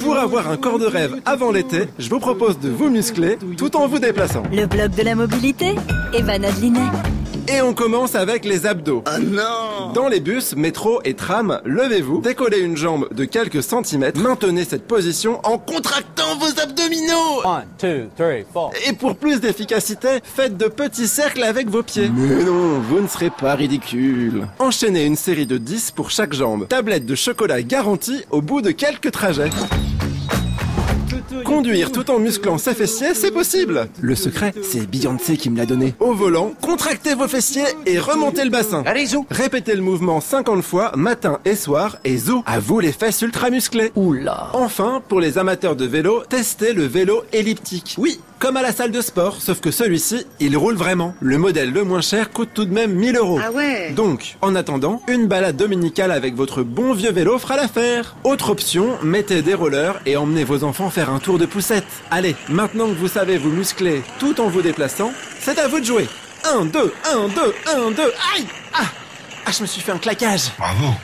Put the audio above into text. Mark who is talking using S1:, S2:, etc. S1: Pour avoir un corps de rêve avant l'été, je vous propose de vous muscler tout en vous déplaçant.
S2: Le blog de la mobilité, Evan Adlinet.
S1: Et on commence avec les abdos.
S3: Ah non
S1: Dans les bus, métro et tram, levez-vous, décollez une jambe de quelques centimètres, maintenez cette position en contractant vos abdominaux
S4: One, two, three, four.
S1: Et pour plus d'efficacité, faites de petits cercles avec vos pieds. Mais non, vous ne serez pas ridicule. Enchaînez une série de 10 pour chaque jambe. Tablette de chocolat garantie au bout de quelques trajets. Conduire tout en musclant ses fessiers, c'est possible. Le secret, c'est Beyoncé qui me l'a donné. Au volant, contractez vos fessiers et remontez le bassin. Allez, zou Répétez le mouvement 50 fois, matin et soir, et zou À vous les fesses ultra musclées.
S4: Oula.
S1: Enfin, pour les amateurs de vélo, testez le vélo elliptique. Oui, comme à la salle de sport, sauf que celui-ci, il roule vraiment. Le modèle le moins cher coûte tout de même 1000 euros.
S5: Ah ouais
S1: Donc, en attendant, une balade dominicale avec votre bon vieux vélo fera l'affaire. Autre option, mettez des rollers et emmenez vos enfants faire un tour de poussette. Allez, maintenant que vous savez vous muscler tout en vous déplaçant, c'est à vous de jouer. 1, 2, 1, 2, 1, 2, aïe Ah Ah, je me suis fait un claquage
S3: Bravo